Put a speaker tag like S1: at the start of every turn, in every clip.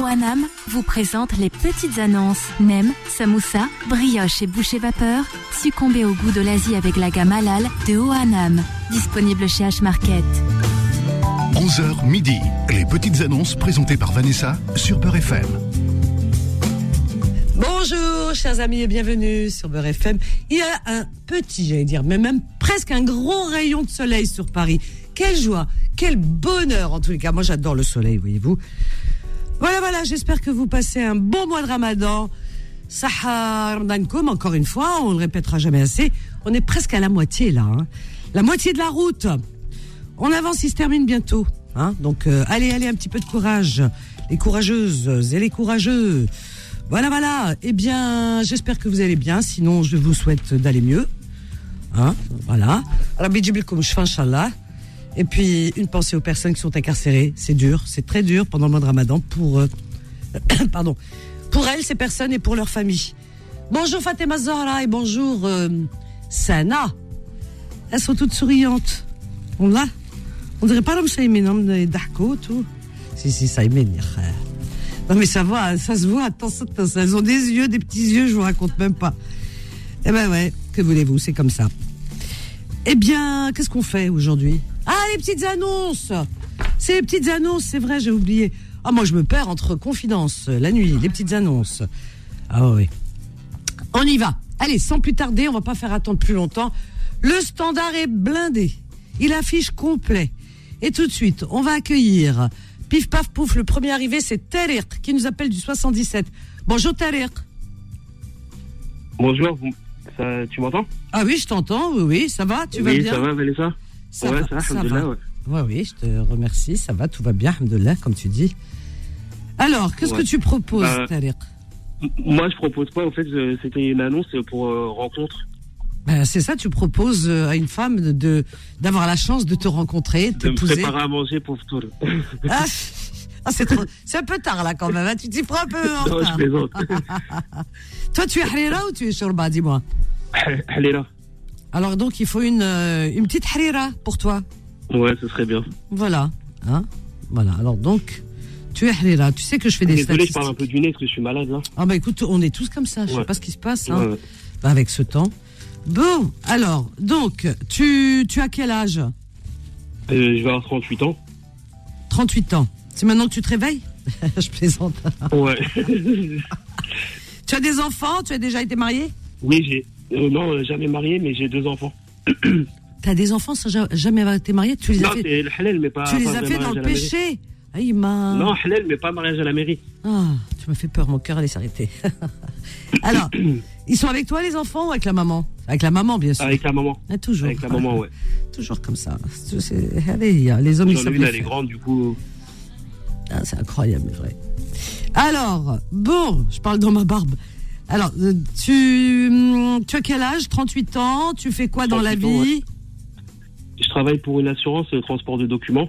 S1: Oanam vous présente les petites annonces. Nem, samoussa, brioche et boucher vapeur. Succombez au goût de l'Asie avec la gamme halal de Oanam. Disponible chez H-Market.
S2: 11h midi, les petites annonces présentées par Vanessa sur Beurre FM.
S3: Bonjour, chers amis, et bienvenue sur Beurre FM. Il y a un petit, j'allais dire, mais même presque un gros rayon de soleil sur Paris. Quelle joie, quel bonheur en tous les cas. Moi, j'adore le soleil, voyez-vous. Voilà, voilà, j'espère que vous passez un bon mois de ramadan. Sahar Dankoum, encore une fois, on ne le répétera jamais assez. On est presque à la moitié là. hein. La moitié de la route. On avance, il se termine bientôt. hein. Donc, euh, allez, allez, un petit peu de courage. Les courageuses et les courageux. Voilà, voilà. Eh bien, j'espère que vous allez bien. Sinon, je vous souhaite d'aller mieux. Hein, voilà. Rabbi Jibilkoum Shfa, Inch'Allah. Et puis, une pensée aux personnes qui sont incarcérées. C'est dur, c'est très dur pendant le mois de ramadan pour, euh, pardon, pour elles, ces personnes et pour leur famille. Bonjour Fatima Zahra et bonjour euh, Sana. Elles sont toutes souriantes. On l'a On dirait pas l'homme Saïmin, homme des Dahko, tout. Si, si, Saïmin, ya khair. Non mais ça va, hein, ça se voit, attends, ça, attends, ça, elles ont des yeux, des petits yeux, je vous raconte même pas. Eh ben ouais, que voulez-vous, c'est comme ça. Eh bien, qu'est-ce qu'on fait aujourd'hui Ah, les petites annonces C'est les petites annonces, c'est vrai, j'ai oublié. Ah, moi, je me perds entre confidences, la nuit, les petites annonces. Ah oui. On y va. Allez, sans plus tarder, on va pas faire attendre plus longtemps. Le standard est blindé. Il affiche complet. Et tout de suite, on va accueillir Pif Paf Pouf. Le premier arrivé, c'est Tariq qui nous appelle du 77. Bonjour Tariq.
S4: Bonjour, vous- ça- tu m'entends
S3: Ah oui, je t'entends. Oui, oui, ça va Tu vas
S4: Oui,
S3: bien
S4: ça va, Vanessa
S3: Ça
S4: Ouais,
S3: va,
S4: ça va,
S3: ça
S4: alhamdoulilah,
S3: va.
S4: ouais.
S3: Oui, oui, je te remercie. Ça va, tout va bien, Alhamdoulilah, comme tu dis. Alors, qu'est-ce
S4: Ouais.
S3: que tu proposes,
S4: Bah,
S3: Tariq
S4: M- Moi, je propose pas. En fait, je- c'était une annonce pour euh, rencontre.
S3: Ben, C'est ça, tu proposes euh, à une femme de- de d'avoir la chance de te rencontrer, de
S4: De me
S3: t'épouser.
S4: préparer à manger pour tour.
S3: Ah, ah, c'est trop- c'est un peu tard là quand même, hein. tu t'y prends un peu en
S4: non, je
S3: retard.
S4: plaisante.
S3: Toi, tu es harira ou tu es shorba, dis-moi
S4: Allez là.
S3: Alors donc, il faut une, euh, une petite harira pour toi.
S4: Ouais, ce serait bien.
S3: Voilà. Hein voilà, alors donc, tu es harira. Tu sais que je fais des
S4: Désolé, je
S3: statistiques.
S4: parle un peu du nez parce que je suis malade là.
S3: Ah bah écoute, on est tous comme ça, je
S4: Ouais.
S3: sais pas ce qui se passe hein,
S4: Ouais.
S3: bah, avec ce temps. Bon, alors, donc, tu, tu as quel âge
S4: Euh, je vais avoir 38 ans.
S3: 38 ans. C'est maintenant que tu te réveilles Je plaisante.
S4: Ouais.
S3: Tu as des enfants Tu as déjà été marié
S4: oui, j'ai. euh, non, euh, jamais marié, mais j'ai deux enfants.
S3: Tu as des enfants sans ja- jamais avoir été marié Tu les
S4: Non,
S3: as fait,
S4: c'est le halal, mais pas.
S3: tu les
S4: pas
S3: as
S4: vrai
S3: fait dans
S4: mariage
S3: le
S4: à la mairie.
S3: péché hein. Aïe, ma-
S4: Non, halal, mais pas mariage à la mairie.
S3: Ah, tu m'as fait peur, mon cœur allait s'arrêter. Alors, ils sont avec toi les enfants ou avec la maman Avec la maman, bien sûr.
S4: Avec la maman.
S3: Ah, toujours.
S4: Avec la maman, ouais.
S3: Toujours comme ça. C'est- c'est- allez, il y a- les hommes, ils
S4: J'en
S3: savent
S4: ai une,
S3: le
S4: elle est
S3: faire.
S4: grande, du coup.
S3: Ah, c'est incroyable, vrai. Alors, bon, je parle dans ma barbe. Alors, euh, tu, hum, tu as quel âge 38 ans Tu fais quoi dans la
S4: 38
S3: vie
S4: ans, Je travaille pour une assurance euh, transport de documents.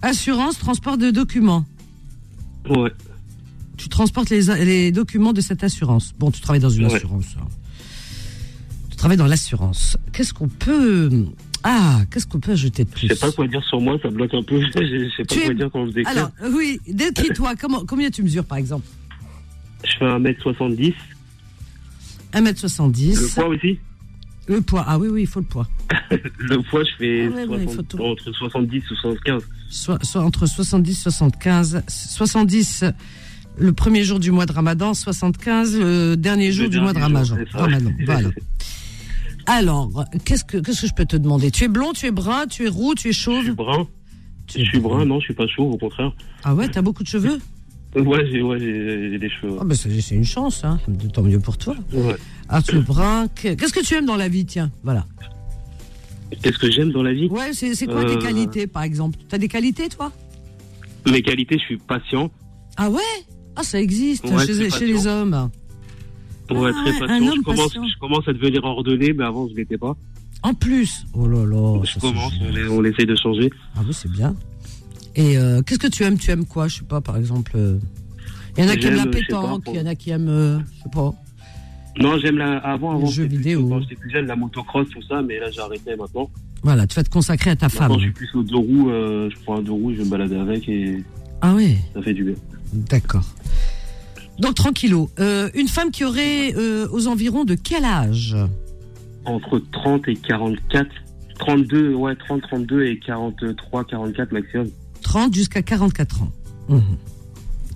S3: Assurance, transport de documents.
S4: Ouais.
S3: Tu transportes les, les documents de cette assurance. Bon, tu travailles dans une
S4: Ouais.
S3: assurance. hein. Tu travailles dans l'assurance. Qu'est-ce qu'on peut... Ah, qu'est-ce qu'on peut ajouter de plus
S4: Je sais pas quoi dire sur moi, ça bloque un peu. Je sais pas
S3: Tu es-
S4: quoi dire quand je décris.
S3: Alors, oui, décris-toi. Comment, combien tu mesures, par exemple
S4: Je fais 1m70. Le
S3: 1m70.
S4: poids aussi
S3: Le poids. Ah oui, oui, il faut le poids.
S4: Le poids, je fais
S3: Ah ouais, ouais,
S4: 60
S3: faut tout.
S4: entre 70 et 75.
S3: soit, soit entre 70 75 70 le premier jour du mois de Ramadan 75 le dernier jour
S4: Le
S3: du mois de
S4: dernier
S3: Ramadan,
S4: jour, c'est ça.
S3: Ramadan voilà alors qu'est-ce que qu'est-ce que je peux te demander tu es blond tu es brun tu es roux tu es
S4: Je suis
S3: chauve
S4: brun. Je suis brun, non, je suis pas chauve, au contraire.
S3: ah ouais t'as beaucoup de cheveux
S4: Ouais, j'ai ouais, j'ai- j'ai des cheveux.
S3: ah ben c'est c'est une chance hein tant mieux pour toi
S4: ouais. Ouais.
S3: ah tu es brun que- qu'est-ce que tu aimes dans la vie tiens voilà
S4: Qu'est-ce que j'aime dans la vie
S3: ouais c'est c'est quoi tes
S4: Euh.
S3: qualités par exemple t'as des qualités toi
S4: Mes qualités, je suis patient.
S3: ah ouais ah ça existe
S4: Ouais,
S3: chez,
S4: c'est
S3: chez les
S4: patient.
S3: hommes
S4: Ouais,
S3: Ah
S4: très
S3: ouais, un
S4: patient. Je
S3: homme
S4: commence,
S3: patient.
S4: je commence à devenir ordonné, mais avant, je l'étais pas.
S3: en plus oh là là ça,
S4: je
S3: c'est
S4: commence,
S3: génial.
S4: on, est- on essaye de changer.
S3: Ah oui, c'est bien. Et euh, qu'est-ce que tu aimes Tu aimes quoi Je sais pas, par exemple. euh, Il y en a qui aiment la
S4: J'aime, je sais
S3: pétanque,
S4: pas,
S3: il y en a qui aiment. euh, je sais pas.
S4: Non, j'aime la. Avant,
S3: Les
S4: avant.
S3: jeux
S4: j'étais plus-
S3: vidéo.
S4: Quand j'étais plus jeune, la motocross, tout ça, mais là, j'ai arrêté maintenant.
S3: Voilà, tu vas te consacrer à ta femme.
S4: Maintenant, je suis plus au deux roues. euh, je prends un deux roues, je vais me balader avec et
S3: Ah oui,
S4: Ça fait du bien.
S3: d'accord. Donc tranquillo. Euh, une femme qui aurait euh, aux environs de quel âge
S4: Entre 30 et 44, 32, ouais, 30, 32 et 43, 44 maximum.
S3: 30 jusqu'à 44 ans. Mhm.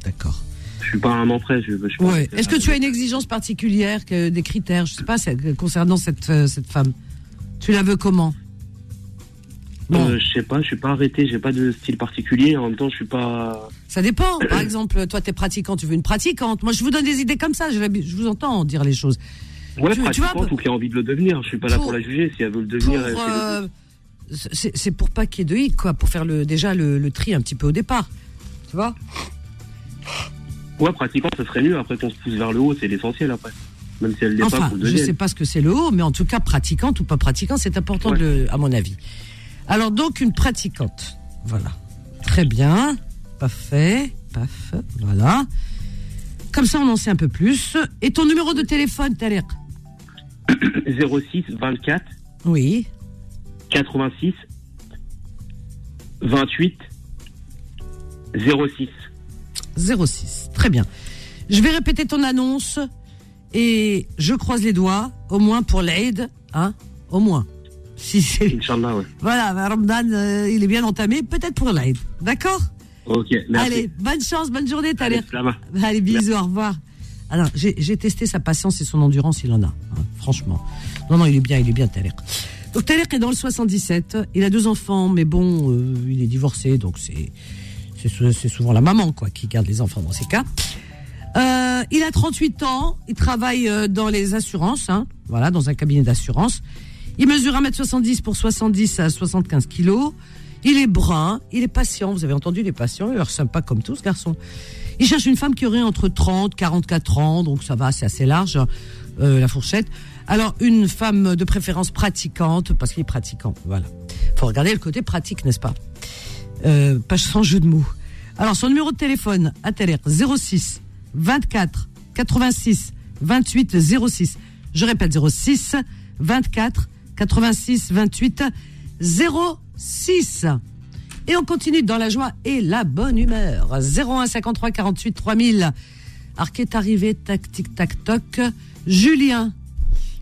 S3: D'accord.
S4: Je suis pas un an près, je, je suis pas-
S3: Ouais. Est-ce que tu as une exigence particulière, que- des critères, je sais pas, c'est- concernant cette, euh, cette femme Tu la veux comment Bon,
S4: Euh, je sais pas, je suis pas arrêté, j'ai pas de style particulier. En même temps, je suis pas.
S3: ça dépend. Par exemple, toi, t'es pratiquant, tu veux une pratiquante. Moi, je vous donne des idées comme ça, je, l'hab- je vous entends dire les choses.
S4: Ouais,
S3: Tu- tu vois,
S4: pratiquante
S3: pour-
S4: ou qui a envie de le devenir. Je suis pas là
S3: pour-
S4: pour la juger. Si elle veut le
S3: Pour,
S4: devenir, elle fait le-
S3: euh, c'est c'est pour pas qu'il y ait de hic, quoi, pour faire le, déjà le, le tri un petit peu au départ. Tu vois
S4: ouais, pratiquant, ça serait mieux. Après qu'on se pousse vers le haut, c'est l'essentiel après. Même si elle l'est pas,
S3: Enfin,
S4: qu'on le
S3: je sais
S4: devienne.
S3: pas ce que c'est le haut, mais en tout cas, pratiquante ou pas pratiquant, c'est important,
S4: Ouais.
S3: de le- à mon avis. Alors, donc, une pratiquante. Voilà. Très bien. Parfait. Paf. Voilà. Comme ça, on en sait un peu plus. Et ton numéro de téléphone, Taler
S4: 06 24
S3: Oui.
S4: 86 28 06.
S3: 06. Très bien. Je vais répéter ton annonce et je croise les doigts, au moins pour l'aide. Hein Au moins. Si c'est.
S4: Inch'Allah, ouais.
S3: Voilà, Ramadan, euh, il est bien entamé, peut-être pour l'aide. D'accord
S4: Ok, merci.
S3: Allez, bonne chance, bonne journée, Taler.
S4: Allez, Slama.
S3: Allez, bisous, au revoir. Alors, j'ai j'ai testé sa patience et son endurance, il en a, hein, franchement. Non, non, il est bien, il est bien, Taler. Donc, Taler est dans le 77, il a deux enfants, mais bon, euh, il est divorcé, donc c'est c'est sou- c'est souvent la maman quoi qui garde les enfants dans ces cas. Euh, il a 38 ans, il travaille euh, dans les assurances, hein, voilà, dans un cabinet d'assurance. Il mesure 1m70 pour 70 à 75 kilos. Il est brun, il est patient, vous avez entendu, il est patient, il a l'air sympa comme tout ce garçon. Il cherche une femme qui aurait entre 30, 44 ans, donc ça va, c'est assez large, euh, la fourchette. Alors, une femme de préférence pratiquante, parce qu'il est pratiquant, voilà. Faut regarder le côté pratique, n'est-ce pas euh, page sans jeu de mots. Alors, son numéro de téléphone, à Teller, 06 24 86 28 06. Je répète, 06 24 86 28 06. Et on continue dans la joie et la bonne humeur. 01 53 48 3000. Arc est arrivé, tac, tic, tac, toc. Julien,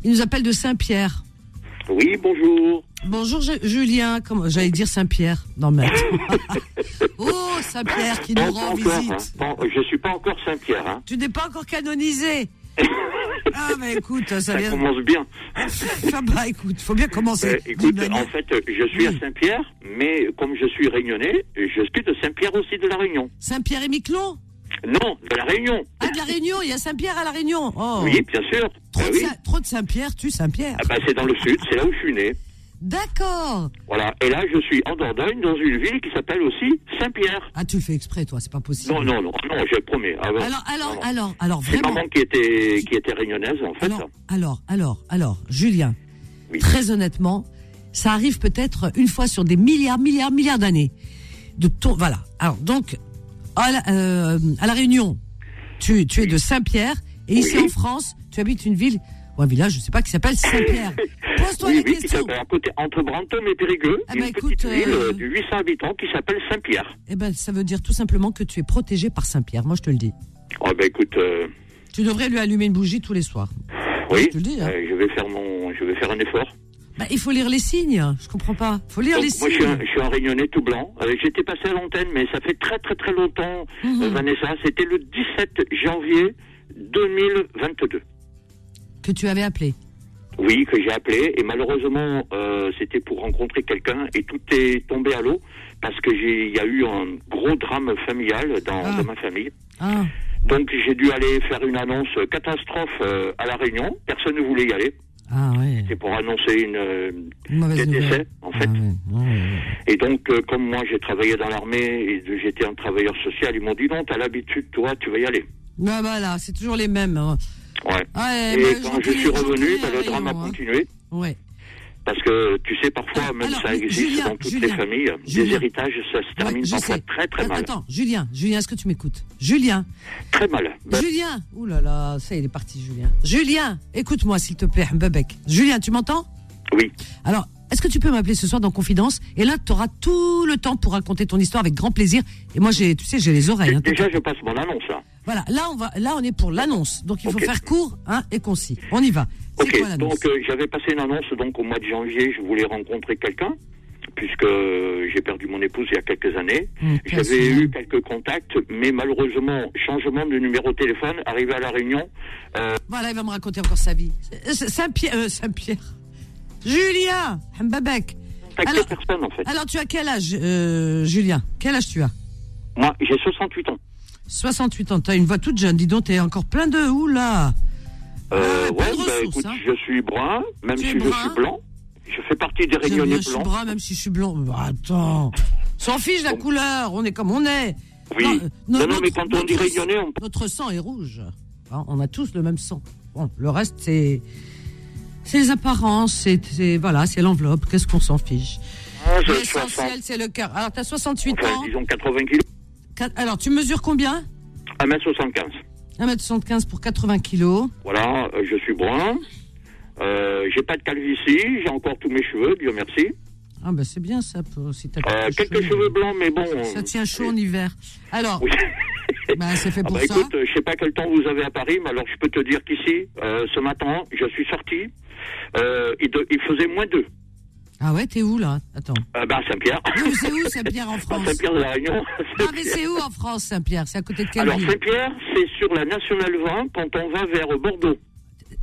S3: il nous appelle de Saint-Pierre.
S5: Oui, bonjour.
S3: Bonjour Ju- Julien, comment j'allais dire Saint-Pierre dans ma Oh Saint-Pierre qui nous
S5: Pas
S3: rend
S5: encore,
S3: visite.
S5: hein. Pas- je suis pas encore Saint-Pierre. Hein.
S3: Tu n'es pas encore canonisé. Ah bah écoute, ça,
S5: Ça
S3: vient.
S5: commence bien.
S3: Ah bah écoute, faut bien
S5: Euh,
S3: commencer.
S5: écoute,
S3: d'une
S5: en
S3: manière.
S5: fait, je suis
S3: Oui.
S5: à Saint-Pierre, mais comme je suis réunionnais, je suis de Saint-Pierre aussi de la Réunion.
S3: Saint-Pierre et Miquelon
S5: Non, de la Réunion.
S3: Ah de la Réunion, il y a Saint-Pierre à la Réunion. Oh.
S5: Oui, bien sûr.
S3: Trop,
S5: Ah
S3: de
S5: oui.
S3: Saint- trop de Saint-Pierre, tu Saint-Pierre.
S5: Ah bah, c'est dans le sud, c'est là où je suis né.
S3: D'accord.
S5: Voilà. Et là, je suis en Dordogne, dans une ville qui s'appelle aussi Saint-Pierre.
S3: Ah tu le fais exprès toi, c'est pas possible.
S5: Non, non, non, non, je promets. Ah bon.
S3: Alors alors
S5: Non, non.
S3: alors alors
S5: C'est
S3: vraiment.
S5: maman qui était, qui était réunionnaise, en fait.
S3: Alors, alors, alors, alors, Julien,
S5: Oui.
S3: très honnêtement, ça arrive peut-être une fois sur des milliards, milliards, milliards d'années. De ton, voilà. Alors donc, à la, euh, à la Réunion, tu, tu es de Saint-Pierre et ici
S5: Oui.
S3: en France, tu habites une ville ou un village, je sais pas, qui s'appelle Saint-Pierre. Pose-toi
S5: oui,
S3: la
S5: oui, qui
S3: question.
S5: s'appelle à côté, entre Brantôme et Périgueux,
S3: Ah bah
S5: une petite
S3: écoute, euh,
S5: ville euh, de 800 habitants qui s'appelle Saint-Pierre.
S3: Eh ben, ça veut dire tout simplement que tu es protégé par Saint-Pierre. Moi, je te le dis.
S5: Ah bah écoute, euh,
S3: Tu devrais lui allumer une bougie tous les soirs.
S5: oui,
S3: Je te le dis, hein.
S5: euh, je vais faire mon, je vais faire un effort.
S3: Bah, il faut lire les signes. Je comprends pas. Faut lire
S5: Donc,
S3: les
S5: moi, je
S3: signes.
S5: suis, un, je suis un Réunionnais tout blanc. Euh, J'étais passé à l'antenne, mais ça fait très très très longtemps,
S3: Mhm.
S5: euh, Vanessa. C'était le 17 janvier 2022.
S3: Que tu avais appelé.
S5: Oui, que j'ai appelé et malheureusement euh, c'était pour rencontrer quelqu'un et tout est tombé à l'eau parce que j'ai il y a eu un gros drame familial dans,
S3: Ah.
S5: dans ma famille.
S3: Ah.
S5: Donc j'ai dû aller faire une annonce catastrophe euh, à la Réunion. Personne ne voulait y aller.
S3: Ah ouais.
S5: C'était pour annoncer une euh,
S3: Une mauvaise
S5: des
S3: nouvelle.
S5: décès en fait.
S3: Ah ouais, ouais, ouais.
S5: Et donc euh, comme moi j'ai travaillé dans l'armée et de- j'étais un travailleur social, ils m'ont dit non, t'as l'habitude toi, tu vas y aller.
S3: Bah voilà, c'est toujours les mêmes. hein.
S5: Ouais.
S3: Ouais,
S5: et
S3: bah,
S5: quand je
S3: j'en connais-
S5: suis
S3: j'en
S5: revenu,
S3: connais
S5: bah,
S3: un
S5: le drame a
S3: rayon, hein.
S5: continué.
S3: Ouais.
S5: Parce que tu sais, parfois,
S3: Alors,
S5: même
S3: alors,
S5: ça
S3: mais
S5: existe
S3: Julien,
S5: dans toutes
S3: Julien,
S5: les familles,
S3: Julien.
S5: des héritages, ça se termine
S3: Ouais, je
S5: parfois
S3: sais.
S5: très très
S3: Attends,
S5: mal.
S3: Attends, Julien, Julien, est-ce que tu m'écoutes Julien,
S5: Très mal. Ben,
S3: Julien Ouh là là, ça il est parti, Julien. Julien, écoute-moi s'il te plaît, Mbebek. Julien, tu m'entends
S5: Oui.
S3: Alors, Est-ce que tu peux m'appeler ce soir dans Confidence Et là, tu auras tout le temps pour raconter ton histoire avec grand plaisir. Et moi, j'ai, tu sais, j'ai les oreilles. hein.
S5: Déjà, je passe mon annonce. hein.
S3: Voilà, là on, va, là, on est pour l'annonce. Donc, il faut
S5: Ok.
S3: faire court hein, et concis. On y va. C'est
S5: Ok,
S3: quoi l'annonce
S5: donc euh, j'avais passé une annonce donc au mois de janvier, je voulais rencontrer quelqu'un puisque euh, j'ai perdu mon épouse il y a quelques années.
S3: Mmh,
S5: J'avais
S3: personnel.
S5: eu quelques contacts, mais malheureusement, changement de numéro de téléphone, arrivé à la réunion, euh,
S3: Voilà, il va me raconter encore sa vie. Euh, Saint-Pierre. euh, Saint-Pierre. Julien Mbabek.
S5: contacté
S3: Alors- ah.
S5: personne en fait.
S3: Alors, tu as quel âge, euh, Julien Quel âge tu as
S5: Moi, j'ai 68 ans.
S3: 68 ans. T'as une voix toute jeune. Dis donc, t'es encore plein de. Ouh là
S5: Euh,
S3: Ah, pas de
S5: ouais, bah,
S3: ressources,
S5: écoute,
S3: hein.
S5: je suis brun, même
S3: Tu es
S5: si je
S3: brun
S5: suis blanc. Je fais partie des
S3: J'aime bien,
S5: réunionnais
S3: je suis
S5: blancs.
S3: brun, même si je suis blond. Bah, attends. S'en fiche la
S5: Donc-
S3: couleur. On est comme on est.
S5: Oui.
S3: euh,
S5: Non, non, mais
S3: notre-
S5: quand on dit
S3: notre-
S5: rayonné, on-
S3: Notre sang est rouge. Hein, on a tous le même sang. Bon, le reste, c'est. C'est les apparences, c'est. c'est- Voilà, c'est l'enveloppe. Qu'est-ce qu'on s'en fiche
S5: Ah, je-
S3: L'essentiel, c'est le cœur. Alors, t'as 68
S5: enfin,
S3: ans.
S5: disons 80 kilos,
S3: Quatre- Alors, tu mesures combien
S5: 1m75.
S3: 1m75 pour 80 kilos.
S5: Voilà, euh, je suis brun. Euh, j'ai pas de calvitie, j'ai encore tous mes cheveux, Dieu merci.
S3: Ah, ben, c'est bien ça, pour, si t'as
S5: Euh, quelques cheveux blancs, mais bon.
S3: Ça
S5: euh,
S3: tient chaud en hiver. Alors,
S5: oui.
S3: bah, c'est fait
S5: Ah
S3: pour
S5: bah,
S3: ça.
S5: écoute, euh, je sais pas quel temps vous avez à Paris, mais alors je peux te dire qu'ici, euh, ce matin, je suis sorti. Euh, il, de- il faisait moins 2.
S3: Ah ouais, t'es où là Attends.
S5: Euh, bah, Saint-Pierre.
S3: Oui, mais c'est où Saint-Pierre en
S5: Pas
S3: France
S5: Saint-Pierre de la Réunion.
S3: Non, mais Oh, c'est où en France Saint-Pierre C'est à côté de quelle
S5: alors
S3: ville
S5: Saint-Pierre, c'est sur la Nationale 20 quand on va vers Bordeaux.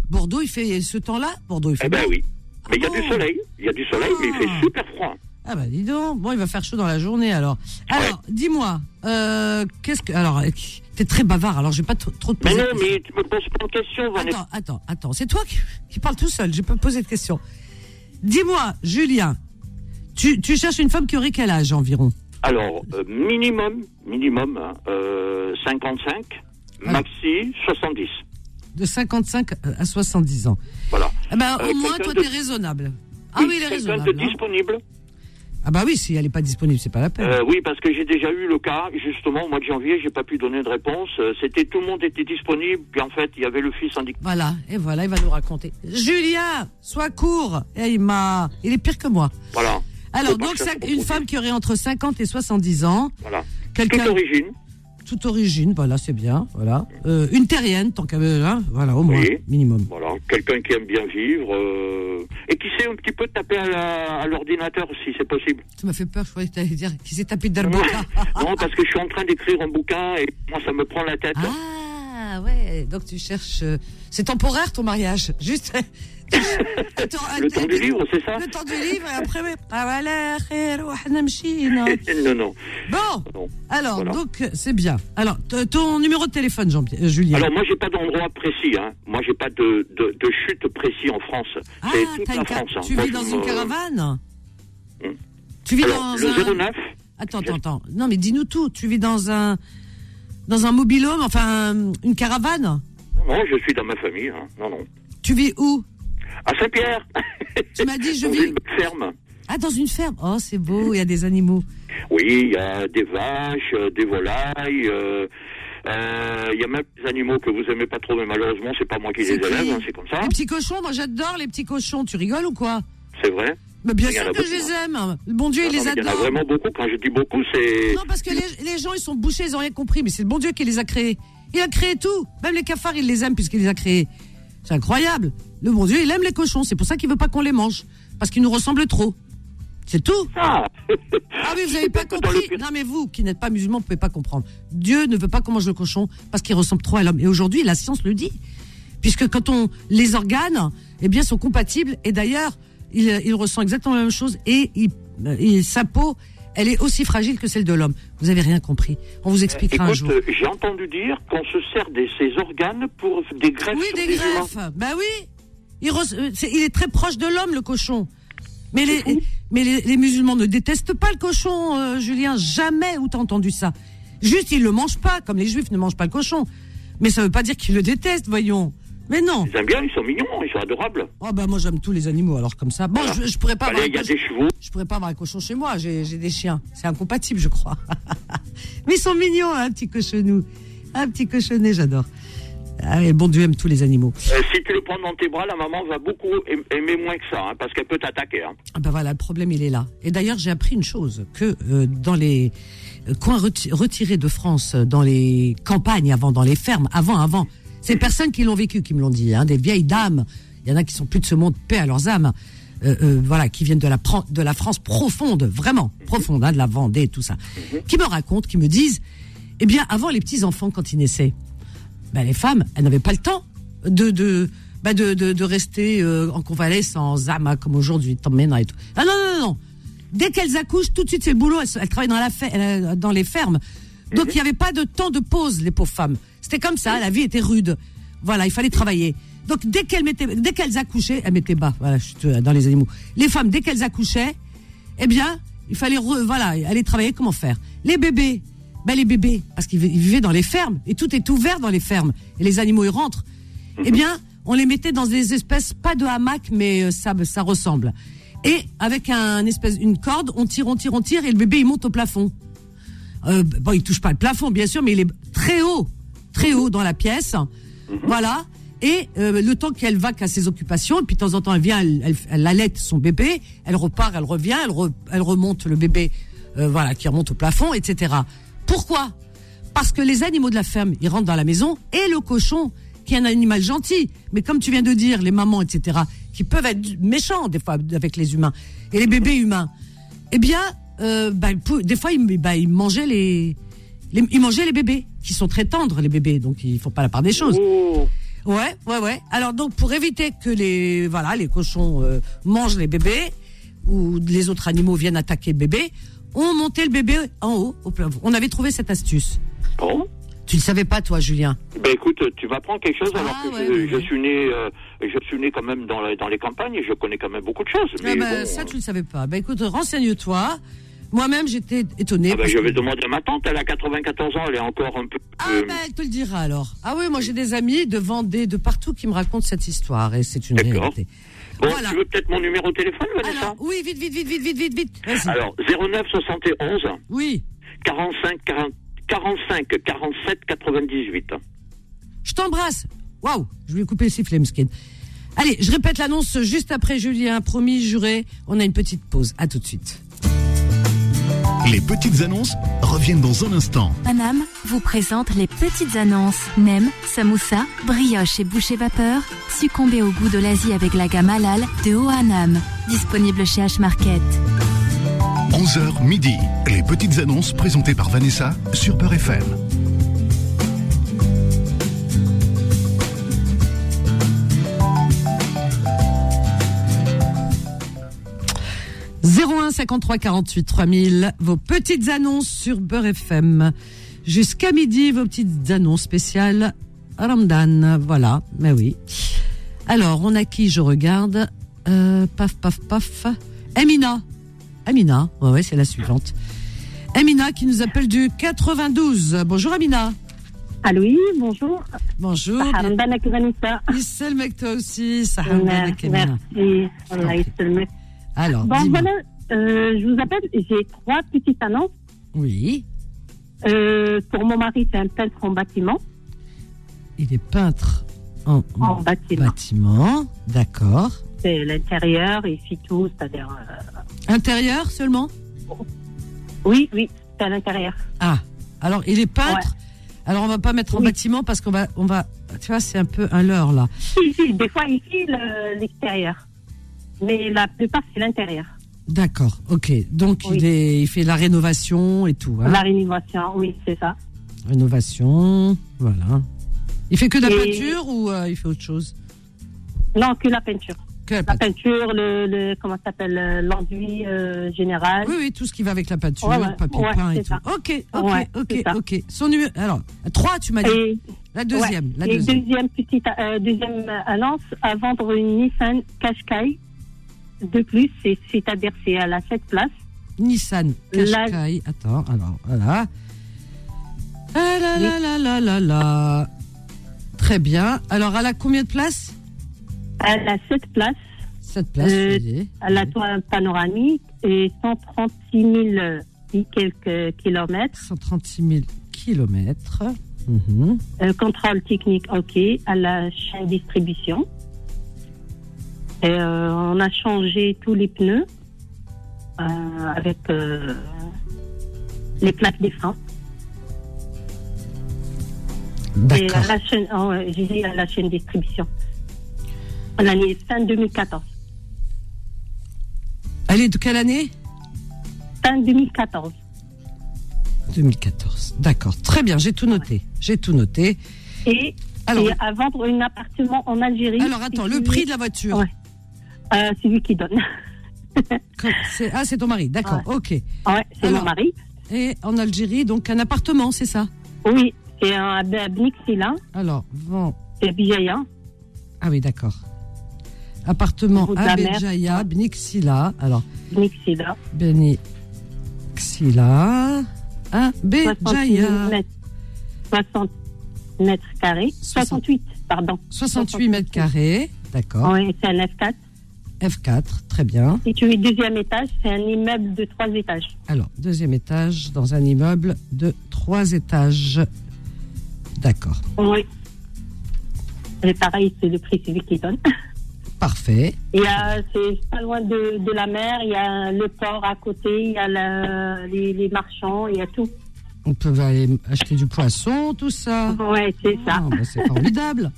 S3: Bordeaux, il fait ce temps-là Bordeaux, il fait
S5: Eh ben
S3: beau.
S5: oui. Mais il y a
S3: Ah
S5: du
S3: bon
S5: soleil. Il y a du soleil, mais il
S3: Ah.
S5: fait super froid.
S3: Ah bah dis donc, bon, il va faire chaud dans la journée alors. Alors, dis-moi, euh, qu'est-ce que... Alors, euh, t'es très bavard, alors j'ai pas trop, trop de
S5: Mais
S3: poser
S5: non,
S3: de
S5: mais tu me poses pas de questions, Vanessa.
S3: Attends, attends, attends. C'est toi qui, qui parles tout seul. Je peux poser de questions. Dis-moi, Julien, tu, tu cherches une femme qui aurait quel âge environ
S5: Alors, euh, minimum, minimum, hein, euh, 55,
S3: Ah.
S5: maxi 70.
S3: De 55 à 70 ans.
S5: Voilà.
S3: Eh ben,
S5: Euh,
S3: au moins,
S5: quelqu'un
S3: toi,
S5: de-
S3: t'es raisonnable. Ah oui, il est
S5: Quelqu'un
S3: raisonnable.
S5: de
S3: hein. Mmh.
S5: disponible.
S3: Ah bah oui, si elle n'est pas disponible, c'est pas la peine.
S5: Euh, oui, parce que j'ai déjà eu le cas, justement, au mois de janvier, j'ai pas pu donner de réponse. Euh, C'était tout le monde était disponible, puis en fait, il y avait le fils handicapé.
S3: Voilà, et voilà, il va nous raconter. Julien, sois court. Eh, il m'a, il est pire que moi.
S5: Voilà.
S3: Alors
S5: Faut pas
S3: donc,
S5: que ça
S3: ça-
S5: se
S3: une
S5: reproduise.
S3: femme qui aurait entre 50 et 70 ans,
S5: Voilà.
S3: quelqu'un
S5: Toute origine.
S3: toute origine, voilà, c'est bien, voilà, Euh, une terrienne, tant qu'à hein, voilà, au moins,
S5: Oui.
S3: minimum.
S5: Voilà. Quelqu'un qui aime bien vivre, euh, et qui sait un petit peu taper à la- à l'ordinateur, si c'est possible.
S3: Tu m'as fait peur, je croyais que tu allais dire qu'il s'est tapé dans le
S5: Non,
S3: boca.
S5: non, parce que je suis en train d'écrire un bouquin, et moi, ça me prend la tête.
S3: Ah ouais, donc tu cherches. euh, C'est temporaire ton mariage, juste. Attends,
S5: Le temps du livre, c'est ça
S3: Le temps du livre et après. oui. Ah, voilà, خير وإحنا مشينا.
S5: Non, non.
S3: Bon,
S5: Non.
S3: alors
S5: Voilà.
S3: donc euh, c'est bien. Alors t- ton numéro de téléphone, Jean pierre Julien.
S5: Alors moi j'ai pas d'endroit précis, hein. Moi j'ai pas de, de, de chute précis en France.
S3: ah,
S5: C'est toute
S3: t'as
S5: la
S3: une ca-
S5: France. hein.
S3: tu
S5: Moi,
S3: vis
S5: je
S3: dans
S5: me-
S3: une caravane.
S5: Hmm.
S3: Tu vis
S5: Alors,
S3: dans
S5: le
S3: un.
S5: 09,
S3: Attends, attends, attends. Non, mais dis-nous tout. Tu vis dans un dans un mobilhome, enfin une caravane.
S5: non, je suis dans ma famille, hein. non, non.
S3: Tu vis où
S5: À Saint-Pierre,
S3: Tu m'as dit je
S5: dans
S3: vis
S5: une ferme.
S3: ah dans une ferme. Oh, c'est beau, il y a des animaux.
S5: Oui, il y a des vaches, euh, des volailles, euh, euh, il y a même des animaux que vous aimez pas trop, mais malheureusement c'est pas moi qui les
S3: C'est qui
S5: élève, hein, c'est comme ça,
S3: Les petits cochons, moi j'adore les petits cochons. Tu rigoles ou quoi
S5: c'est vrai.
S3: Mais bien
S5: Il y en
S3: sûr
S5: a
S3: que je
S5: beaucoup,
S3: les aime. Le bon Dieu,
S5: Non,
S3: il
S5: non,
S3: les
S5: mais il y en a
S3: adore.
S5: vraiment beaucoup, quand je dis beaucoup, c'est...
S3: Non, parce que les, les gens, ils sont bouchés, ils ont rien compris. Mais c'est le bon Dieu qui les a créés. Il a créé tout. Même les cafards, il les aime puisqu'il les a créés. C'est incroyable. Le bon Dieu, il aime les cochons. C'est pour ça qu'il veut pas qu'on les mange. Parce qu'ils nous ressemblent trop. C'est tout.
S5: Ah
S3: Ah mais vous n'avez pas
S5: Dans le
S3: compris.
S5: pur-
S3: Non mais vous qui n'êtes pas musulman, vous pouvez pas comprendre. Dieu ne veut pas qu'on mange le cochon parce qu'il ressemble trop à l'homme. Et aujourd'hui, la science le dit, puisque quand on les organes, eh bien, sont compatibles. Et d'ailleurs, il, il ressent exactement la même chose et il, il- sa peau, elle est aussi fragile que celle de l'homme. Vous avez rien compris. On vous expliquera un
S5: Écoute,
S3: jour.
S5: euh, j'ai entendu dire qu'on se sert de ses organes pour des greffes
S3: Oui,
S5: sur
S3: des
S5: humains.
S3: greffes. Bah oui. Il, res- euh, c'est- il est très proche de l'homme, le cochon. Mais les, mais les, les musulmans ne détestent pas le cochon, euh, Julien. Jamais où t'as entendu ça. Juste, ils le mangent pas, comme les juifs ne mangent pas le cochon. Mais ça veut pas dire qu'ils le détestent, voyons. Mais non.
S5: Ils aiment bien, ils sont mignons, ils sont adorables.
S3: Oh bah moi j'aime tous les animaux alors comme ça. Bon,
S5: Voilà.
S3: je, je pourrais pas avoir
S5: Allez,
S3: un
S5: il y
S3: cochon-
S5: a des chevaux.
S3: je pourrais pas avoir un cochon chez moi, j'ai j'ai des chiens. C'est incompatible, je hein, crois. Mais ils sont mignons, un petit cochonou. Un petit cochonnet, j'adore. Ah, et le bon Dieu aime tous les animaux.
S5: Euh, si tu le prends dans tes bras, la maman va beaucoup aim- aimer moins que ça, hein, parce qu'elle peut t'attaquer. hein.
S3: Ah ben voilà, le problème, il est là. Et d'ailleurs, j'ai appris une chose, que euh, dans les euh, coins reti- retirés de France, euh, dans les campagnes avant, dans les fermes, avant, avant, ces personnes qui l'ont vécu qui me l'ont dit, hein, des vieilles dames, il y en a qui sont plus de ce monde, paix à leurs âmes, euh, euh, voilà, qui viennent de la, Pran- de la France profonde, vraiment profonde, hein, de la Vendée et tout ça, qui me racontent, qui me disent, eh bien, avant les petits-enfants, quand ils naissaient, ben, les femmes, elles n'avaient pas le temps de de, ben, de, de, de rester euh, en convalescence, ah, ben, comme aujourd'hui, t'emmènes et tout. Ah, non, non, non, non. Dès qu'elles accouchent, tout de suite, c'est le boulot. Elles, se- elles travaillent dans, la fe- euh, dans les fermes. Donc, il n'y avait pas de temps de pause, les pauvres femmes. C'était comme ça, la vie était rude. Voilà, il fallait travailler. Donc, dès qu'elles, mettaient, dès qu'elles accouchaient, elles mettaient bas, voilà, je suis euh, dans les animaux. Les femmes, dès qu'elles accouchaient, eh bien, il fallait re- voilà, aller travailler, comment faire Les bébés, ben les bébés, parce qu'ils vi- ils vivaient dans les fermes, et tout est ouvert dans les fermes, et les animaux ils rentrent, eh bien, on les mettait dans des espèces, pas de hamac, mais euh, ça, ça ressemble. Et avec un espèce, une corde, on tire, on tire, on tire, et le bébé il monte au plafond. Euh, bon, il touche pas le plafond, bien sûr, mais il est très haut, très haut dans la pièce. Voilà. Et euh, le temps qu'elle va qu'à ses occupations, et puis de temps en temps, elle vient, elle, elle, elle allait son bébé, elle repart, elle revient, elle, re- elle remonte le bébé, euh, voilà, qui remonte au plafond, etc. Pourquoi Parce que les animaux de la ferme, ils rentrent dans la maison, et le cochon, qui est un animal gentil, mais comme tu viens de dire, les mamans, etc., qui peuvent être méchants des fois avec les humains, et les bébés humains, eh bien, euh, bah, il pou- des fois, ils bah, il mangeaient les, les, il mangeait les bébés, qui sont très tendres, les bébés, donc ils font pas la part des choses.
S5: Oh.
S3: Ouais, ouais, ouais. Alors donc, pour éviter que les, voilà, les cochons euh, mangent les bébés ou les autres animaux viennent attaquer le bébé, on montait le bébé en haut, au plafond. On avait trouvé cette astuce.
S5: Bon.
S3: Tu ne savais pas, toi, Julien
S5: Ben écoute, tu m'apprends quelque chose alors
S3: Ah,
S5: que
S3: ouais,
S5: je,
S3: ouais,
S5: je
S3: ouais.
S5: suis né, euh, je suis né quand même dans, la- dans les campagnes et je connais quand même beaucoup de choses.
S3: Ah
S5: Mais
S3: bah,
S5: bon,
S3: Ça, tu ne le savais pas. Bah écoute, renseigne-toi. Moi-même, j'étais étonnée.
S5: ah, ben,
S3: parce
S5: je vais
S3: que-
S5: demander à ma tante, elle a 94 ans, elle est encore un peu.
S3: Ah
S5: euh,
S3: ben, elle te le dira alors. Ah oui, moi j'ai des amis de Vendée, de partout qui me racontent cette histoire et c'est une
S5: D'accord.
S3: réalité.
S5: bon,
S3: voilà.
S5: tu veux peut-être mon numéro de téléphone, Vanessa
S3: Alors, oui, vite, vite, vite, vite, vite, vite, vite. Vas-y.
S5: Alors, 09 71
S3: Oui,
S5: 45 40 45 47 98.
S3: je t'embrasse. Waouh, je lui ai coupé le sifflet, Mskin. Allez, je répète l'annonce juste après Julien, promis, juré. On a une petite pause. À tout de suite.
S2: Les petites annonces reviennent dans un instant.
S1: Paname vous présente les petites annonces. Nem, samoussa, brioche et boucher vapeur. Succombez au goût de l'Asie avec la gamme halal de Oanam. Disponible chez H-Market.
S2: 11h midi. Les petites annonces présentées par Vanessa sur Peur FM.
S3: « 01 53 48 3000, vos petites annonces sur Beurre FM. Jusqu'à midi, vos petites annonces spéciales Ramadan. Voilà, mais oui. Alors, on a qui je regarde Euh, Paf, paf, paf. Amina. Amina, ouais, ouais, c'est la suivante. Amina qui nous appelle du 92. Bonjour Amina.
S6: Allô, oui, bonjour.
S3: Bonjour.
S6: Ramadan avec Vanessa.
S3: Issel mec, toi aussi. Saham Banak,
S6: Merci.
S3: Amina.
S6: Allah yassalmek.
S3: Alors,
S6: Bon,
S3: dis-moi.
S6: voilà, euh, je vous appelle. J'ai trois petites annonces.
S3: Oui,
S6: Euh, pour mon mari, c'est un peintre en bâtiment.
S3: il est peintre en,
S6: En
S3: Eh
S6: bâtiment.
S3: ben, bâtiment. D'accord.
S6: C'est l'intérieur, il fit tout, c'est-à-dire. euh,
S3: Intérieur seulement
S6: Oui, oui, c'est à l'intérieur.
S3: Ah, alors il est peintre. Alors on va pas mettre en
S6: Oui.
S3: bâtiment parce qu'on va, on va, tu vois, c'est un peu un leurre là.
S6: Si, si, des fois, il fit le- l'extérieur. Mais la plupart, c'est l'intérieur.
S3: D'accord, ok. Donc
S6: Oui.
S3: il, est, il fait la rénovation et tout. Hein.
S6: La rénovation, oui, c'est ça.
S3: Rénovation, voilà. Il fait que de la
S6: Et-
S3: peinture ou euh, il fait autre chose
S6: Non, que la peinture.
S3: Que la
S6: La
S3: peinture.
S6: peinture, le, le comment ça s'appelle, euh, l'enduit euh, général.
S3: Oui, oui, tout ce qui va avec la peinture,
S6: Ouais, ouais.
S3: le papier
S6: Ouais,
S3: peint et
S6: c'est
S3: tout.
S6: ça.
S3: Ok, ok,
S6: Ouais,
S3: ok,
S6: c'est ça.
S3: ok. Son numéro. Alors, trois, tu m'as dit.
S6: Et
S3: La deuxième,
S6: Ouais.
S3: la
S6: Et
S3: deuxième.
S6: petite euh, deuxième annonce à vendre une Nissan Qashqai de plus, c'est- c'est-à-dire c'est à la 7 places.
S3: Nissan
S6: La-
S3: Qashqai. Attends, alors, voilà. Ah là là là là là là. Très bien. Alors, elle a combien de places
S6: À la 7 places,
S3: 7 places,
S6: Euh,
S3: ça y est.
S6: à la toit panoramique et 136 000 et quelques kilomètres.
S3: 136 000 kilomètres. Mhm.
S7: Euh, contrôle technique, ok, à la chaîne distribution. Et, euh, on a changé tous les pneus euh, avec euh, les plaques d'essence. Et à
S3: D'accord.
S7: la chaîne, oh, ouais, j'ai dit à la chaîne distribution. L'année fin 2014.
S3: Elle est de quelle année
S7: Fin 2014.
S3: 2014. D'accord. Très bien, j'ai tout noté. J'ai tout noté.
S7: Et,
S3: Alors-
S7: et à vendre un appartement en Algérie.
S3: Alors attends,
S7: C'est
S3: le
S7: lui-
S3: prix de la voiture.
S7: Ouais. euh, C'est lui qui donne.
S3: Comme- c'est- Ah, c'est ton mari. D'accord. Ok.
S7: ouais, c'est mon
S3: Alors-
S7: mari.
S3: Et en Algérie, donc un appartement, c'est ça
S7: Oui, c'est un Bnixila,
S3: Alors, vend.
S7: c'est Bijaya.
S3: Ah oui, d'accord. Appartement
S7: Route de la
S3: à
S7: mer.
S3: Béjaïa, Bnixila. Alors,
S7: Bnixila.
S3: Bnixila. À
S7: 68
S3: Béjaïa.
S7: mètres, 60 mètres carrés.
S3: 60.
S7: 68, pardon.
S3: 68 mètres carrés. D'accord.
S7: Oui, c'est un F4.
S3: F4. Très bien.
S7: Et tu es deuxième étage, c'est un immeuble de trois étages.
S3: Alors, deuxième étage dans un immeuble de trois étages. D'accord.
S7: Oui. Et pareil, c'est le prix, c'est lui qui donne.
S3: Parfait.
S7: Il y a, c'est pas loin de, de la mer, il y a le port à côté, il y a la- les, les marchands, il y a tout.
S3: On peut aller acheter du poisson, tout ça.
S7: Ouais, c'est ça.
S3: Ah, bah, c'est formidable.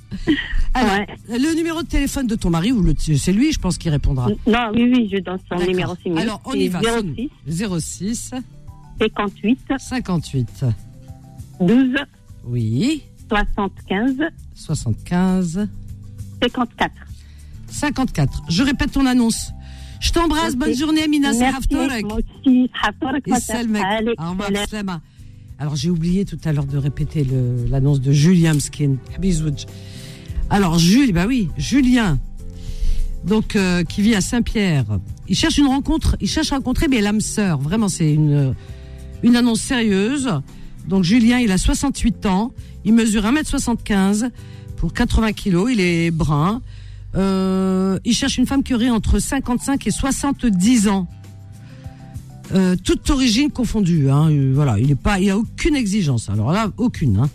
S3: Alors,
S7: Ouais.
S3: le numéro de téléphone de ton mari, ou le- c'est lui, je pense, qui répondra.
S7: Non, oui, oui, je donne son
S3: Ah. D'accord.
S7: numéro. c'est mieux.
S3: Alors, on
S7: C'est
S3: y va.
S7: 06
S3: 06
S7: 58
S3: 58
S7: 12
S3: oui
S7: 75
S3: 75
S7: 54.
S3: 54. Je répète ton annonce. Je t'embrasse.
S7: Ok.
S3: Bonne journée, Amina. C'est
S7: Merci,
S3: Haftorek.
S7: moi aussi. Haftorek,
S3: Et
S7: ma
S3: c'est
S7: sœur.
S3: le mec. ah,
S7: Allez,
S3: Au revoir,
S7: salam.
S3: Slama. Alors, j'ai oublié tout à l'heure de répéter le- l'annonce de Julien Mskin. Bisouj. Alors, Jules, bah oui, Julien, donc, euh, qui vit à Saint-Pierre. Il cherche une rencontre, il cherche à rencontrer mes l'âme sœur. Vraiment, c'est une, une annonce sérieuse. Donc, Julien, il a 68 ans. Il mesure 1m75 pour 80 kilos. Il est brun. Euh, il cherche une femme qui aurait entre 55 et 70 ans. Euh, toute origine confondue. Hein, euh, voilà, il n'est pas, il a aucune exigence. Alors là, aucune. hein.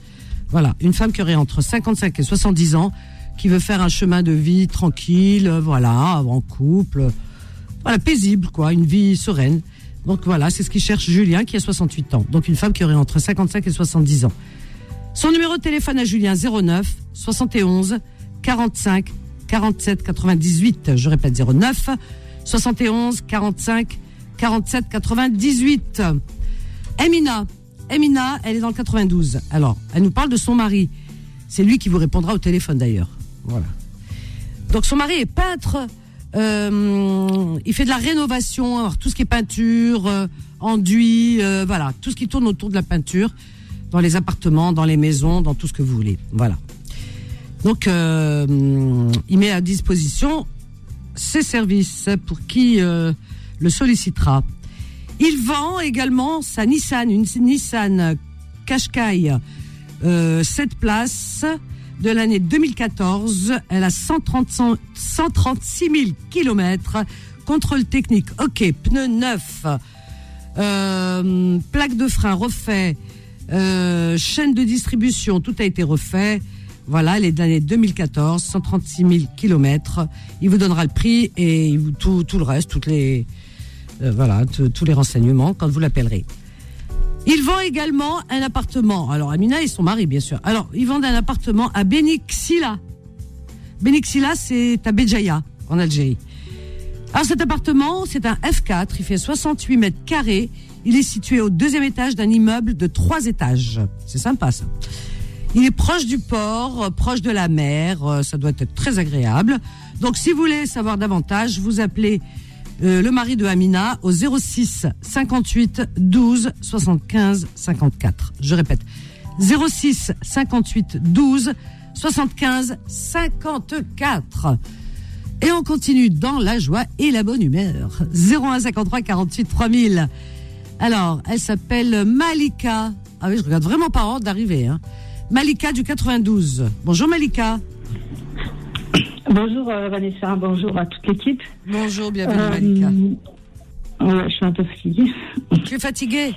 S3: Voilà, une femme qui aurait entre 55 et 70 ans, qui veut faire un chemin de vie tranquille, euh, voilà, en couple, euh, voilà, paisible quoi, une vie sereine. Donc voilà, c'est ce qu'il cherche Julien qui a 68 ans. Donc une femme qui aurait entre 55 et 70 ans. Son numéro de téléphone à Julien 09 71 45 47 98. Je répète 09 71 45 47 98. Emina, Emina, elle est dans le 92. Alors, elle nous parle de son mari. C'est lui qui vous répondra au téléphone d'ailleurs. Voilà. Donc son mari est peintre. Euh, il fait de la rénovation, alors tout ce qui est peinture, euh, enduit, euh, voilà, tout ce qui tourne autour de la peinture, dans les appartements, dans les maisons, dans tout ce que vous voulez. Voilà. Donc euh, il met à disposition ses services pour qui euh, le sollicitera. Il vend également sa Nissan, une Nissan Qashqai, euh, 7 places de l'année 2014. Elle a 130, 100 136 000 kilomètres. Contrôle technique, ok, pneus neufs, euh, plaque de frein refait, euh, chaîne de distribution, tout a été refait. Voilà, elle est de l'année 2014, 136 000 kilomètres. Il vous donnera le prix et il vous- tout, tout le reste, toutes les, euh, voilà, t- tous les renseignements quand vous l'appellerez. Ils vendent également un appartement. Alors, Amina et son mari, bien sûr. Alors, ils vendent un appartement à Benixila. Benixila, c'est à Béjaïa, en Algérie. Alors, cet appartement, c'est un F4. Il fait 68 mètres carrés. Il est situé au deuxième étage d'un immeuble de trois étages. C'est sympa, ça. Il est proche du port, euh, proche de la mer, euh, ça doit être très agréable. Donc si vous voulez savoir davantage, vous appelez euh, le mari de Amina au 06 58 12 75 54. Je répète, 06 58 12 75 54. Et on continue dans la joie et la bonne humeur. 01 53 48 3000. Alors, elle s'appelle Malika. Ah oui, je regarde vraiment par ordre d'arrivée. Hein. Malika du 92. Bonjour Malika.
S8: Bonjour euh, Vanessa, bonjour à toute l'équipe.
S3: Bonjour, bienvenue
S8: Euh,
S3: Malika.
S8: ouais, je suis un peu fatiguée.
S3: Tu es fatiguée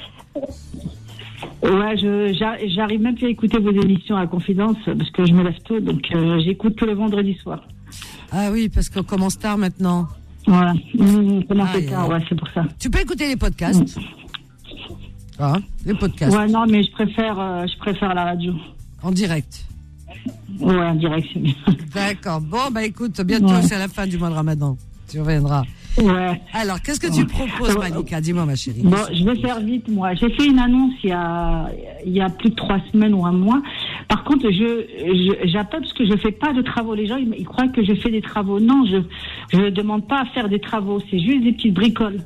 S9: Ouais, je j'a- j'arrive même plus à écouter vos émissions à confidence parce que je me lève tôt, donc euh, j'écoute tous le vendredi soir.
S3: Ah oui, parce qu'on commence tard maintenant.
S9: Voilà. Mmh, comment c'est
S3: Aïe,
S9: tard,
S3: aïe.
S9: ouais, c'est pour ça.
S3: Tu peux écouter les podcasts. Ah, les podcasts
S9: Ouais, non, mais je préfère, euh, je préfère la radio.
S3: en direct.
S9: Ouais, en direct, c'est mieux.
S3: D'accord. Bon, bah écoute, bientôt
S9: Ouais.
S3: c'est la fin du mois de Ramadan. Tu reviendras.
S9: Ouais.
S3: Alors, qu'est-ce que tu proposes, Malika Dis-moi, ma chérie.
S9: Bon, je vais faire vite, moi. J'ai fait une annonce il y a, il y a plus de trois semaines ou un mois. Par contre, je, je- j'appelle parce que je fais pas de travaux. Les gens, ils, ils croient que je fais des travaux. Non, je, je ne demande pas à faire des travaux. C'est juste des petites bricoles.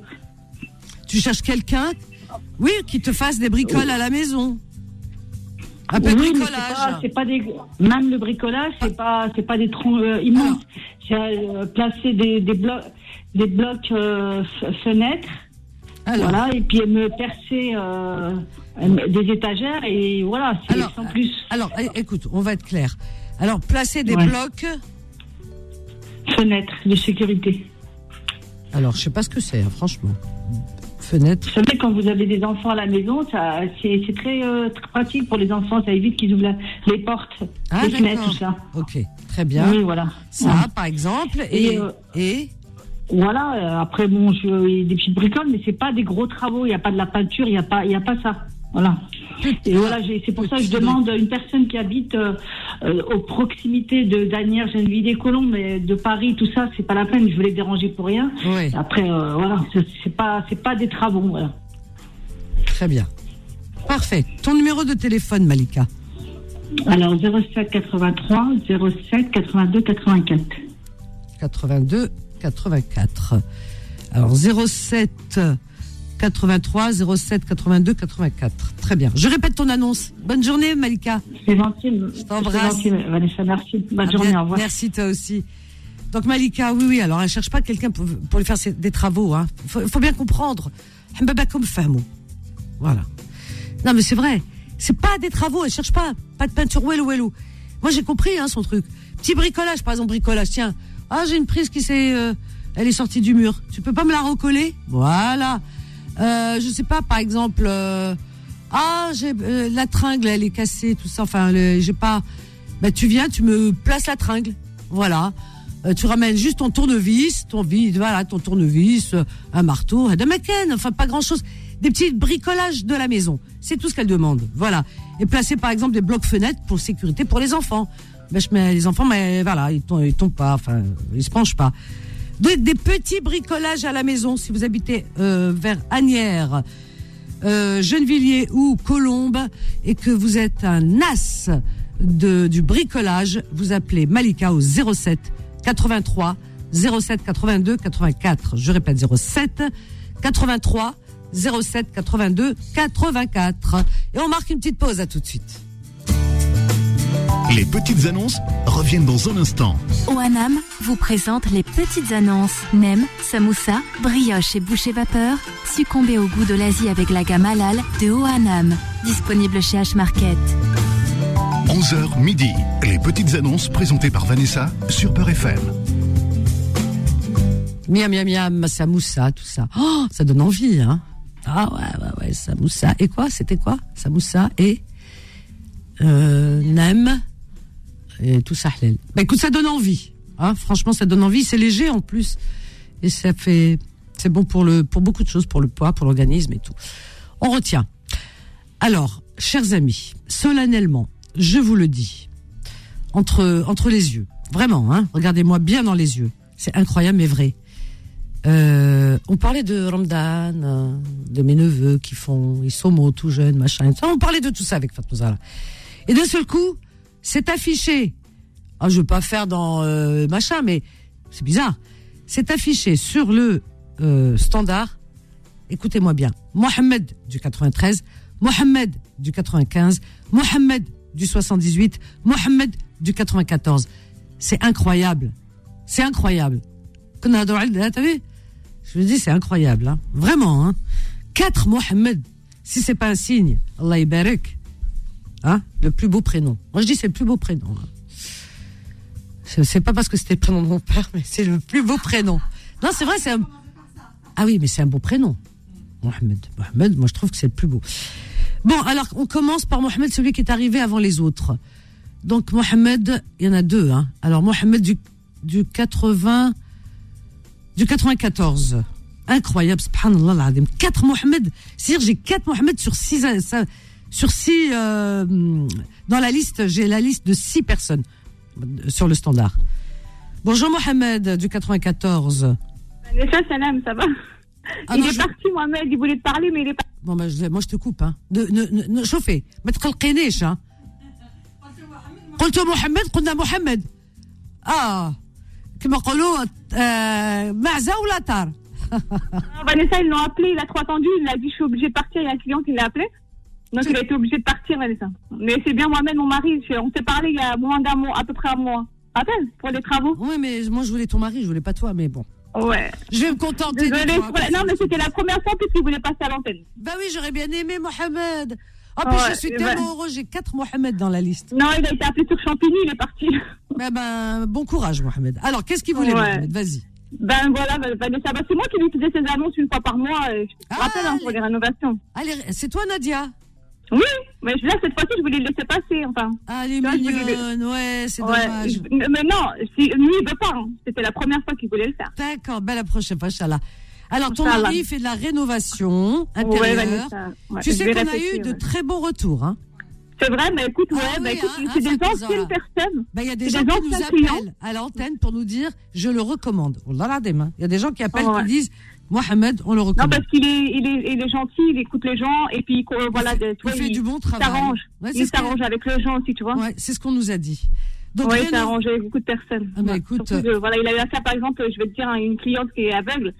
S3: Tu cherches quelqu'un, oui, qui te fasse des bricoles à la maison. Un peu de
S9: Oui, mais
S3: bricolage.
S9: c'est pas- C'est pas, des, même le bricolage, c'est pas, c'est pas des troncs euh, immenses.
S3: Ah.
S9: J'ai euh, placé des, des blocs, des blocs euh, f- fenêtres,
S3: Alors,
S9: voilà, et puis me percer euh, euh, des étagères et voilà, c'est
S3: Alors,
S9: sans plus
S3: alors, é- écoute, on va être clair. Alors, placer des
S9: Ouais.
S3: blocs.
S9: fenêtres de sécurité.
S3: Alors, je sais pas ce que c'est, hein, franchement. Fenêtre.
S9: Vous savez, quand vous avez des enfants à la maison, ça, c'est, c'est très, euh, très pratique pour les enfants. Ça évite qu'ils ouvrent la- les portes,
S3: Ah,
S9: les fenêtres,
S3: d'accord.
S9: tout ça.
S3: Ok, très bien.
S9: Oui, voilà.
S3: Ça,
S9: Ouais.
S3: par exemple. Et.
S9: Et, euh,
S3: et
S9: Voilà, euh, après, bon, je, il y a des petites bricoles, mais c'est pas des gros travaux. Il n'y a pas de la peinture, il n'y a, pas- il y a pas ça. Voilà. Et
S3: Ah,
S9: voilà, j'ai- c'est pour ça que je demande à une personne qui habite euh, euh, aux proximités de Danière, Geneviève et Colomb, mais de Paris, tout ça, c'est pas la peine. Je veux les déranger pour rien.
S3: ouais,
S9: Après, euh, voilà, c'est- c'est pas, c'est pas des travaux. Voilà.
S3: très bien. Parfait. Ton numéro de téléphone, Malika.
S9: Alors, 07 83 07 82 84.
S3: 82 84. Alors 07 83 07 82 84. Très bien. Je répète ton annonce. Bonne journée Malika.
S9: C'est gentil. Je
S3: t'embrasse. Ah,
S9: C'est gentil, Vanessa, merci. Bonne
S3: À
S9: journée,
S3: bien-
S9: au revoir.
S3: Merci toi aussi. Donc Malika, oui oui, alors elle cherche pas quelqu'un pour, pour lui faire ses- des travaux hein. Faut, faut bien comprendre. Mbaba comme femme. Voilà. Non mais c'est vrai. C'est pas des travaux, elle cherche pas pas de peinture wello wello. Moi j'ai compris hein, son truc. Petit bricolage par exemple bricolage, tiens. Ah, j'ai une prise qui s'est euh, elle est sortie du mur. Tu peux pas me la recoller Voilà. Euh, je sais pas par exemple euh, ah, j'ai euh, la tringle elle est cassée tout ça enfin le- j'ai pas bah, tu viens, tu me places la tringle. Voilà. Euh, tu ramènes juste ton tournevis, ton vide, voilà, ton tournevis, euh, un marteau, un damaken, enfin pas grand chose. Des petits bricolages de la maison. C'est tout ce qu'elle demande. Voilà. Et placer par exemple des blocs fenêtres pour sécurité pour les enfants. Ben, je mets les enfants, mais voilà, ils tombent, ils tombent pas, enfin, ils se penchent pas. Des, des petits bricolages à la maison si vous habitez euh, vers Agnières euh, Gennevilliers ou Colombes et que vous êtes un as de, du bricolage, vous appelez Malika au 07 83 07 82 84. Je répète 07 83 07 82 84. Et on marque une petite pause, à tout de suite.
S2: Les petites annonces reviennent dans un instant.
S1: OANAM vous présente les petites annonces. Nem, samoussa, brioche et boucher vapeur. Succombez au goût de l'Asie avec la gamme halal de OANAM. Disponible chez H-Market.
S2: 11h midi. Les petites annonces présentées par Vanessa sur Peur FM.
S3: Miam, miam, miam, samoussa, tout ça. Oh, ça donne envie, hein. Ah ouais, ouais, ouais, samoussa. Et quoi C'était quoi Samoussa et euh, nem et tout ça. halal. Bah écoute, ça donne envie. Hein Franchement, ça donne envie. C'est léger en plus. Et ça fait... C'est bon pour, le, pour beaucoup de choses, pour le poids, pour l'organisme et tout. On retient. Alors, chers amis, solennellement, je vous le dis, entre, entre les yeux, vraiment, hein, regardez-moi bien dans les yeux, c'est incroyable mais vrai. Euh, on parlait de Ramdan, euh, de mes neveux qui font, ils sont mots tout jeunes, machin. et tout ça. On parlait de tout ça avec Fatma Zahra. Et d'un seul coup, c'est affiché. Ah, je veux pas faire dans euh, machin, mais c'est bizarre. C'est affiché sur le euh, standard écoutez-moi bien, Mohamed du 93, Mohamed du 95, Mohamed du 78, Mohamed du 94. C'est incroyable. C'est incroyable. Qu'on a adoré, là, T'as vu Je vous dis, c'est incroyable. hein. Vraiment. Hein. Quatre Mohamed, si c'est pas un signe, Allah Ibarak. Hein le plus beau prénom. Moi, je dis, c'est le plus beau prénom. hein. C'est c'est pas parce que c'était le prénom de mon père, mais c'est le plus beau prénom. Non, c'est vrai, c'est un... Ah oui, mais c'est un beau prénom. Mohamed. Mohamed, moi je trouve que c'est le plus beau. Bon, alors on commence par Mohamed, celui qui est arrivé avant les autres. Donc Mohamed, il y en a deux. Hein. Alors Mohamed du, du 80, du 94. Incroyable, subhanallah l'adim. Quatre Mohamed, c'est-à-dire j'ai quatre Mohamed sur six, euh, ça- sur six euh, dans la liste, j'ai la liste de six personnes euh, sur le standard. Bonjour Mohamed du 94.
S7: Vanessa, salam, ça va
S3: Ah
S7: Il
S3: non,
S7: est
S3: je-
S7: parti, Mohamed, il voulait te parler, mais il est parti.
S3: Bon, bah, je- moi, je te coupe. Hein. De, ne, ne, ne, chauffez. ما تقلقينيش hein. قلت محمد قلنا محمد اه كما يقولوا آه، معزه ولا طار
S7: Ah, Vanessa, ils l'ont appelé, il a trop attendu, il a dit je suis obligé de partir, il y a un client qui l'a appelé. Donc il a été obligé de partir, Vanessa. Mais c'est bien Mohamed, mon mari, je- on s'est parlé il y a moins d'un mois, à peu près un mois. Rappelle, pour les travaux.
S3: Oui, mais moi je voulais ton mari, je voulais pas toi, mais bon.
S7: Ouais.
S3: Je vais me contenter de
S7: Désolée.
S3: toi.
S7: pour la- Non, mais c'était la première fois puisqu'il voulait passer à l'antenne.
S3: Bah oui, j'aurais bien aimé Mohamed. Ah, puis
S7: Ouais,
S3: je suis
S7: et
S3: tellement
S7: ben-
S3: heureux, j'ai quatre Mohamed dans la liste.
S7: Non, il a été appelé sur Champigny, il est parti.
S3: Bah, ben, bon courage, Mohamed. Alors, qu'est-ce qu'il voulait,
S7: Ouais.
S3: Mohamed Vas-y.
S7: Ben voilà, Van- Vanessa, bah, c'est moi qui lui faisais ses annonces une fois par mois, et je te
S3: Ah,
S7: rappelle, hein, pour
S3: les-
S7: les rénovations.
S3: Allez, c'est toi, Nadia
S7: Oui, mais là, cette fois-ci, je voulais le laisser passer, enfin.
S3: Ah, elle est
S7: Non, je voulais-
S3: mignonne. Ouais, c'est
S7: Ouais,
S3: dommage.
S7: je- mais non, si, lui, il veut pas. hein. C'était la première fois qu'il voulait le faire.
S3: D'accord, ben la prochaine fois, Inch'Allah. Alors, ton
S7: Inch'Allah.
S3: mari il fait de la rénovation
S7: Ouais,
S3: intérieure.
S7: Vanessa, ouais,
S3: tu
S7: je
S3: sais
S7: vais
S3: qu'on a eu
S7: réfléchir,
S3: de
S7: ouais.
S3: très bons retours. Hein.
S7: C'est vrai, mais écoute,
S3: Ah
S7: ouais,
S3: oui,
S7: bah, écoute,
S3: hein,
S7: c'est
S3: hein,
S7: des
S3: Fatih Zahra.
S7: anciennes personnes.
S3: Ben, Il y a des
S7: C'est
S3: gens
S7: des
S3: qui nous
S7: anciens
S3: appellent
S7: clients.
S3: à l'antenne pour nous dire je le recommande. Wallah l'adem, hein. Il y a des gens qui appellent
S7: Ouais.
S3: qui disent Mohamed, on le
S7: Non,
S3: recommande.
S7: parce qu'il est, il est, il est gentil, il écoute les gens, et puis, euh, voilà, de- tu
S3: il
S7: vois,
S3: fait
S7: il,
S3: du bon travail.
S7: s'arrange.
S3: Ouais, c'est
S7: il
S3: ce que-
S7: s'arrange avec les gens aussi, tu vois.
S3: ouais, c'est ce qu'on nous a dit. Donc,
S7: Oui, il s'est
S3: réno-
S7: arrangé avec beaucoup de personnes.
S3: Ah, bah,
S7: Ouais.
S3: écoute,
S7: Surtout,
S3: euh,
S7: je- voilà, il a eu affaire, par exemple, je vais te dire, à une cliente qui est aveugle.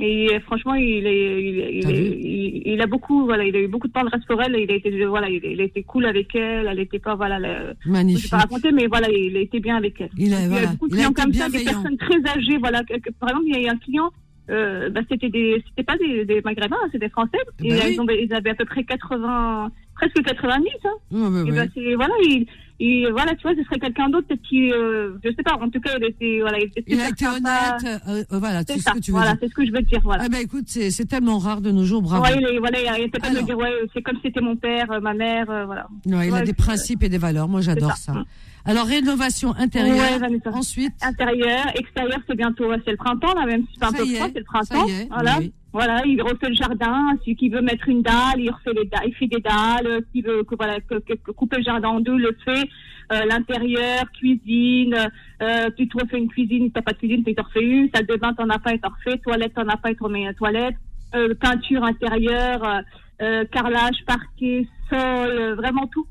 S7: Et euh, franchement, il, est, il, est-
S3: T'as
S7: il, est-
S3: vu
S7: il- il a beaucoup, voilà, il a eu beaucoup de tendresse pour elle. Il a été, voilà, il, il a été cool avec elle. Elle était pas, voilà, la- Je vais
S3: magnifique.
S7: pas raconter, mais voilà, il a été bien avec elle.
S3: Il a-
S7: il y a eu
S3: voilà,
S7: beaucoup de
S3: il a
S7: clients
S3: été
S7: comme ça, des
S3: bienveillant.
S7: personnes très âgées. Voilà, que- que- par exemple, il y a eu un client, euh, bah, c'était des, c'était pas des, des Maghrébins, hein, c'était des Français. Et
S3: Bah oui.
S7: ils, ont- ils avaient à peu près 80, presque 90. Hein.
S3: Ouais, ouais,
S7: Et bah,
S3: ouais.
S7: c'est- voilà, il, il- voilà, tu vois, ce serait quelqu'un d'autre, peut-être qui, euh, je sais pas. En tout cas, il était, voilà, il était
S3: Il a
S7: super
S3: été
S7: sympa.
S3: honnête. euh, euh, voilà,
S7: C'est
S3: c'est ce
S7: ça.
S3: que tu veux
S7: voilà,
S3: dire.
S7: c'est ce que je veux te dire. Voilà.
S3: Ah ben écoute, c'est c'est tellement rare de nos jours, bravo.
S7: Ouais, il, est- voilà, il a peut pas me
S3: Alors.
S7: dire, ouais, c'est comme si c'était mon père, euh, ma mère, euh, voilà.
S3: Ouais, il a
S7: Ouais,
S3: des
S7: c'est-
S3: principes et des valeurs. Moi, j'adore ça.
S7: ça. Mm.
S3: Alors, rénovation intérieure.
S7: Ouais, Vanessa.
S3: Ensuite,
S7: Intérieur, extérieur, c'est bientôt, c'est le printemps, là, même si c'est un
S3: Ça
S7: peu
S3: y
S7: froid,
S3: est,
S7: c'est le printemps.
S3: ça y est,
S7: voilà.
S3: oui.
S7: Voilà, il refait le jardin. Celui qui veut mettre une dalle, il refait les dalles, il fait des dalles. euh, Qui veut que, voilà, que, que- que couper le jardin en deux, le fait. Euh, L'intérieur, cuisine. Euh, tu te refais une cuisine, t'as pas de cuisine, tu t'en refais une. Salle de bain, t'en as pas, et t'en refais. Toilette, t'en as pas, et t'en mets une toilette. Euh, peinture intérieure, euh, euh, carrelage, parquet, sol, euh, vraiment tout.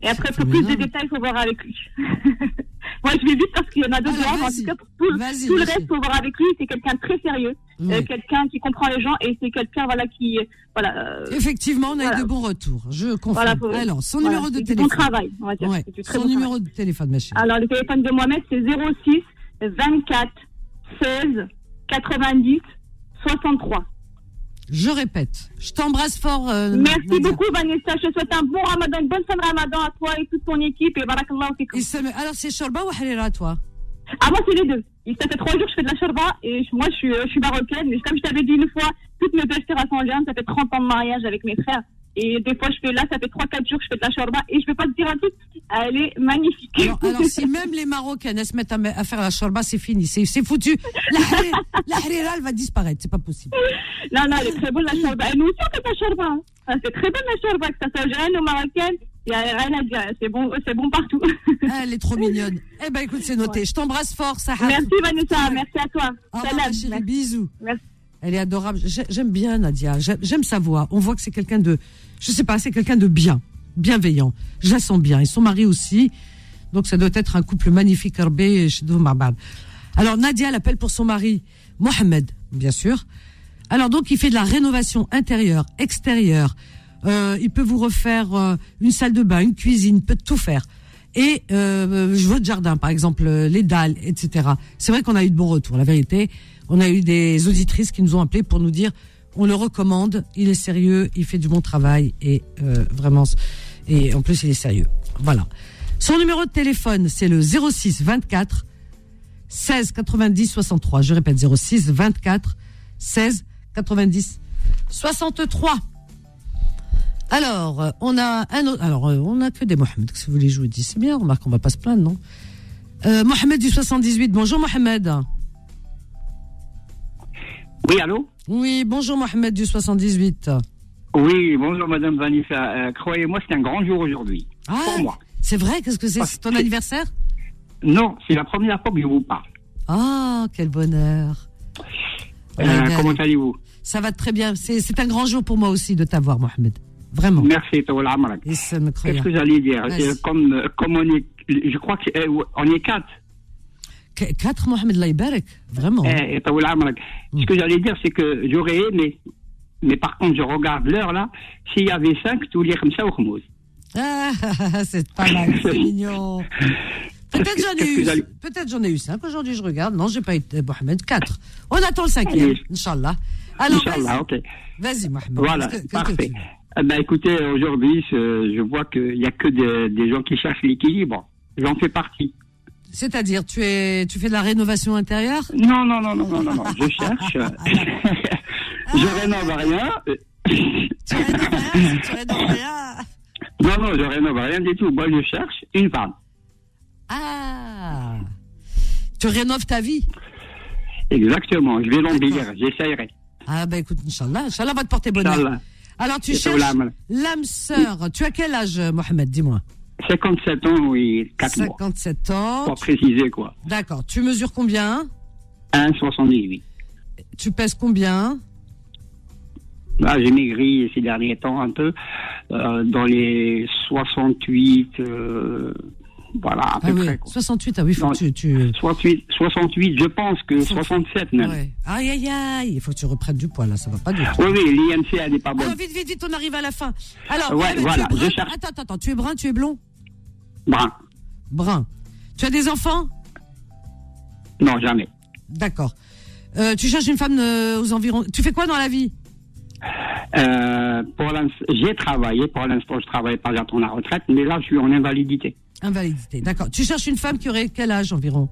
S7: Et après,
S3: C'est
S7: pour plus de
S3: formidable.
S7: détails, faut voir avec lui. Moi, je vais vite parce qu'il y en a deux
S3: Alors,
S7: dehors. En
S3: Ah, vas-y.
S7: tout cas, pour tout, le-
S3: Vas-y,
S7: tout le
S3: vas-y.
S7: reste, faut voir avec lui. C'est quelqu'un de très sérieux.
S3: oui.
S7: Euh, quelqu'un qui comprend les gens et c'est quelqu'un voilà qui voilà euh,
S3: effectivement, on a eu
S7: voilà.
S3: de bons retours. Je confirme.
S7: Voilà, faut-
S3: Alors, son
S7: voilà,
S3: numéro de
S7: c'est du bon
S3: téléphone.
S7: travail on va dire
S3: Ouais,
S7: C'est du très
S3: Son
S7: bon
S3: numéro de téléphone, ma chérie.
S7: travail. Ah. alors le téléphone de Mohamed c'est 06 24 16 90 63
S3: Je répète. Je t'embrasse fort. euh,
S7: merci
S3: Nadia.
S7: beaucoup Vanessa je te souhaite un bon ramadan une bonne fin de ramadan à toi et toute ton équipe et barakallahu
S3: Et
S7: fikum
S3: ça me- Alors, c'est Shorba ou Harira, toi
S7: ah moi c'est les deux il ça fait trois jours que je fais de la shorba et je- moi je suis, euh, je suis marocaine mais comme je t'avais dit une fois toutes mes belles sœurs sont liens ça fait 30 ans de mariage avec mes frères et des fois je fais là ça fait 3-4 jours que je fais de la shorba et je vais pas te dire un truc elle est magnifique
S3: alors, alors, si même les Marocaines elles se mettent à, me- à faire la Shorba, c'est fini. C'est c'est foutu. La Harira, la Harira, elle va disparaître. C'est pas possible.
S7: Non, non, elle est très bonne la shorba. Et nous aussi, on fait de la shorba. hein. Ah, C'est très bonne la shorba, que ça soit jeune ou marocaine. Il n'y a rien à dire. C'est bon, c'est bon partout.
S3: Ah, Elle est trop mignonne. Eh ben, écoute, c'est noté. Je t'embrasse fort, Sarah.
S7: merci Vanessa, merci à toi.
S3: Ah, Au revoir, ma
S7: Salam.
S3: Ah, chérie.
S7: Merci.
S3: Bisous.
S7: Merci.
S3: Elle est adorable. J'ai- J'aime bien Nadia. J'ai- J'aime sa voix. On voit que c'est quelqu'un de, je sais pas, c'est quelqu'un de bien, bienveillant. Je la sens bien. Et son mari aussi. Donc ça doit être un couple magnifique. Herbe et Shidou Marbad. Alors Nadia l'appelle pour son mari, Mohamed, bien sûr. Alors donc il fait de la rénovation intérieure, extérieure. Euh, il peut vous refaire euh, une salle de bain, une cuisine, il peut tout faire. Et euh, je veux de jardin, par exemple, euh, les dalles, etc. C'est vrai qu'on a eu de bons retours, la vérité. On a eu des auditrices qui nous ont appelés pour nous dire on le recommande, il est sérieux, il fait du bon travail et euh, vraiment, et en plus il est sérieux. Voilà. Son numéro de téléphone, c'est le 06 24 16 90 63. Je répète 06 24 16 90 63. Alors, euh, on a un autre. Alors, euh, on a que des Mohamed. Si vous voulez, je vous dis, c'est bien. Remarque, on va pas se plaindre, non Euh, Mohamed du 78. Bonjour, Mohamed.
S4: Oui, allô
S3: Oui, bonjour, Mohamed du 78.
S4: Oui, bonjour Madame Vanessa. Euh, Croyez-moi, c'est un grand jour aujourd'hui.
S3: Ah,
S4: pour moi. Ah,
S3: C'est vrai Qu'est-ce que c'est C'est ton anniversaire
S4: Non, c'est la première fois que je vous parle.
S3: Ah, quel bonheur.
S4: Euh,
S3: Regarde.
S4: comment allez-vous
S3: Ça va très bien. C'est c'est un grand jour pour moi aussi de t'avoir, Mohamed. Vraiment.
S4: Merci, Tawala Amarak.
S3: Et ça me croit.
S4: Qu'est-ce que j'allais dire
S3: Vas-y.
S4: Euh, comme, euh, comme on est, je crois qu'on est quatre.
S3: Qu- Quatre, Mohamed Laïbarek. Vraiment.
S4: Eh, eh, Tawala Amarak. Ce que j'allais dire, c'est que j'aurais aimé, mais par contre, je regarde l'heure là. S'il y avait cinq, tous les comme ça au Khmouz.
S3: Ah, c'est pas mal, c'est mignon. Peut-être
S4: Qu'est-ce
S3: j'en
S4: que
S3: ai eu,
S4: j'allais-
S3: peut-être j'en ai eu cinq aujourd'hui. Je regarde. Non, j'ai pas été Mohamed quatre. On attend le cinquième,
S4: Allez.
S3: Inch'Allah. Alors
S4: Inch'Allah, ok.
S3: vas-y, vas-y, Mohamed.
S4: Voilà,
S3: Qu'est-ce que- qu'est-ce que
S4: parfait.
S3: tu veux
S4: Eh Ben, écoutez, aujourd'hui, je je vois qu'il n'y a que des, des gens qui cherchent l'équilibre. J'en fais partie.
S3: C'est-à-dire, tu es, tu fais de la rénovation intérieure.
S4: Non, non, non, non, non, non, non. je cherche.
S3: Ah,
S4: je rénove rien. Euh,
S3: Tu rénoves rien, tu rénoves rien.
S4: Non, non, je rénove rien du tout. Moi, je cherche une femme.
S3: Ah, tu rénoves ta vie.
S4: Exactement, je vais l'embellir,
S3: D'accord.
S4: j'essayerai.
S3: Ah ben écoute, Inch'Allah, Inch'Allah va te porter bonheur.
S4: Inch'Allah.
S3: Alors tu
S4: Et
S3: cherches
S4: Tawlam.
S3: l'âme sœur. Tu as quel âge, Mohamed Dis-moi.
S4: 57 ans, oui, 4 mois.
S3: 57 ans.
S4: Pour préciser, quoi.
S3: D'accord. Tu mesures combien
S4: 1,78.
S3: Tu pèses combien hein
S4: Là, Ah, j'ai maigri ces derniers temps un peu, euh, dans les 68, euh, voilà, à peu
S3: Ah oui,
S4: près. quoi.
S3: 68. Ah oui, faut
S4: Non.
S3: que tu. tu...
S4: 68, 68, je pense que 67 même.
S3: Ouais. Aïe, aïe, aïe. Il faut que tu reprennes du poids, là. Ça va pas du tout.
S4: Oui, oui, l'IMC, elle n'est pas bonne.
S3: Alors, vite, vite, vite, on arrive à la fin. Alors,
S4: Ouais,
S3: Mohamed, tu es
S4: voilà,
S3: brun-
S4: je cherche.
S3: Attends, attends, attends. Tu es brun, tu es blond
S4: Brun.
S3: Brun. Tu as des enfants
S4: Non, jamais.
S3: D'accord. Euh, tu cherches une femme euh, aux environs. Tu fais quoi dans la vie
S4: Euh, pour l'inst- j'ai travaillé, pour l'instant je travaille pas, j'attends la retraite, mais là je suis en invalidité.
S3: Invalidité. D'accord. Tu cherches une femme qui aurait quel âge environ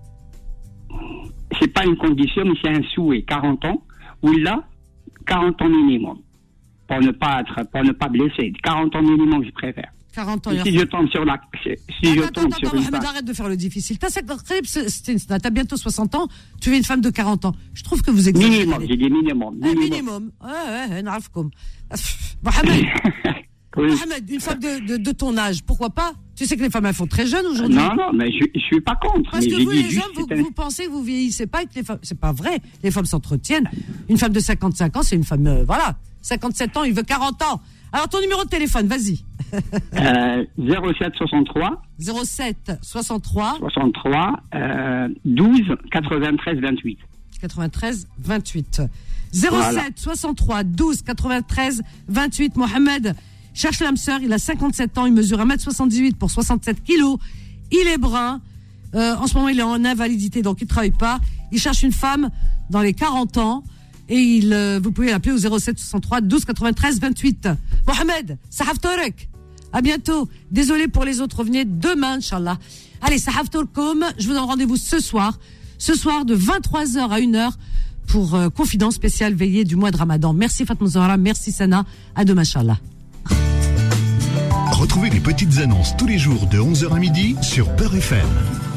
S4: C'est pas une condition, mais c'est un souhait, 40 ans, ou là, 40 ans minimum. Pour ne pas être, pour ne pas blesser. 40 ans minimum, je préfère.
S3: 40 ans.
S4: Et
S3: il y a-
S4: si je tombe sur la, si je
S3: attends,
S4: tombe
S3: attends,
S4: sur
S3: attends,
S4: une
S3: Mohamed,
S4: femme-
S3: arrête de faire le difficile. T'as cette- c'est- c'est- c'est- t'as bientôt 60 ans, tu es une femme de 40 ans. Je trouve que vous exagérez.
S4: minimum, j'ai dit minimum,
S3: Un
S4: minimum.
S3: minimum. Ouais, ouais, ouais, نعرفكم. Pff, Mohamed,
S4: Oui.
S3: Mohamed, une femme de, de, de ton âge, pourquoi pas Tu sais que les femmes, elles font très jeunes aujourd'hui.
S4: Non, non, mais je, je suis pas contre.
S3: Parce
S4: mais
S3: que
S4: j'ai
S3: vous,
S4: dit
S3: les
S4: juste,
S3: hommes, vous,
S4: c'est un-
S3: vous pensez que vous vieillissez pas et que les femmes. C'est pas vrai. Les femmes s'entretiennent. Une femme de 55 ans, c'est une femme. euh, voilà. 57 ans, il veut 40 ans. Alors, ton numéro de téléphone, vas-y. Ah.
S4: euh, 07 63
S3: 07 63
S4: 63 euh, 12 93 28.
S3: 93 28. 07
S4: Voilà.
S3: 63 12 93 28. Mohamed cherche l'âme sœur. Il a 57 ans. Il mesure 1m78 pour 67 kilos. Il est brun. Euh, en ce moment, il est en invalidité, donc il travaille pas. Il cherche une femme dans les 40 ans. Et il, euh, vous pouvez l'appeler au 07 63 12 93 28. Mohamed, Sahaf Torek. À bientôt. Désolé pour les autres. Revenez demain, Inch'Allah. Allez, Sahaf Torkom. Je vous donne rendez-vous ce soir. Ce soir, de 23h à 1h, pour euh, Confidence spéciale veillée du mois de Ramadan. Merci Fatma Zahra. Merci Sana. À demain, Inch'Allah.
S2: Retrouvez les petites annonces tous les jours de 11h à midi sur Peur FM.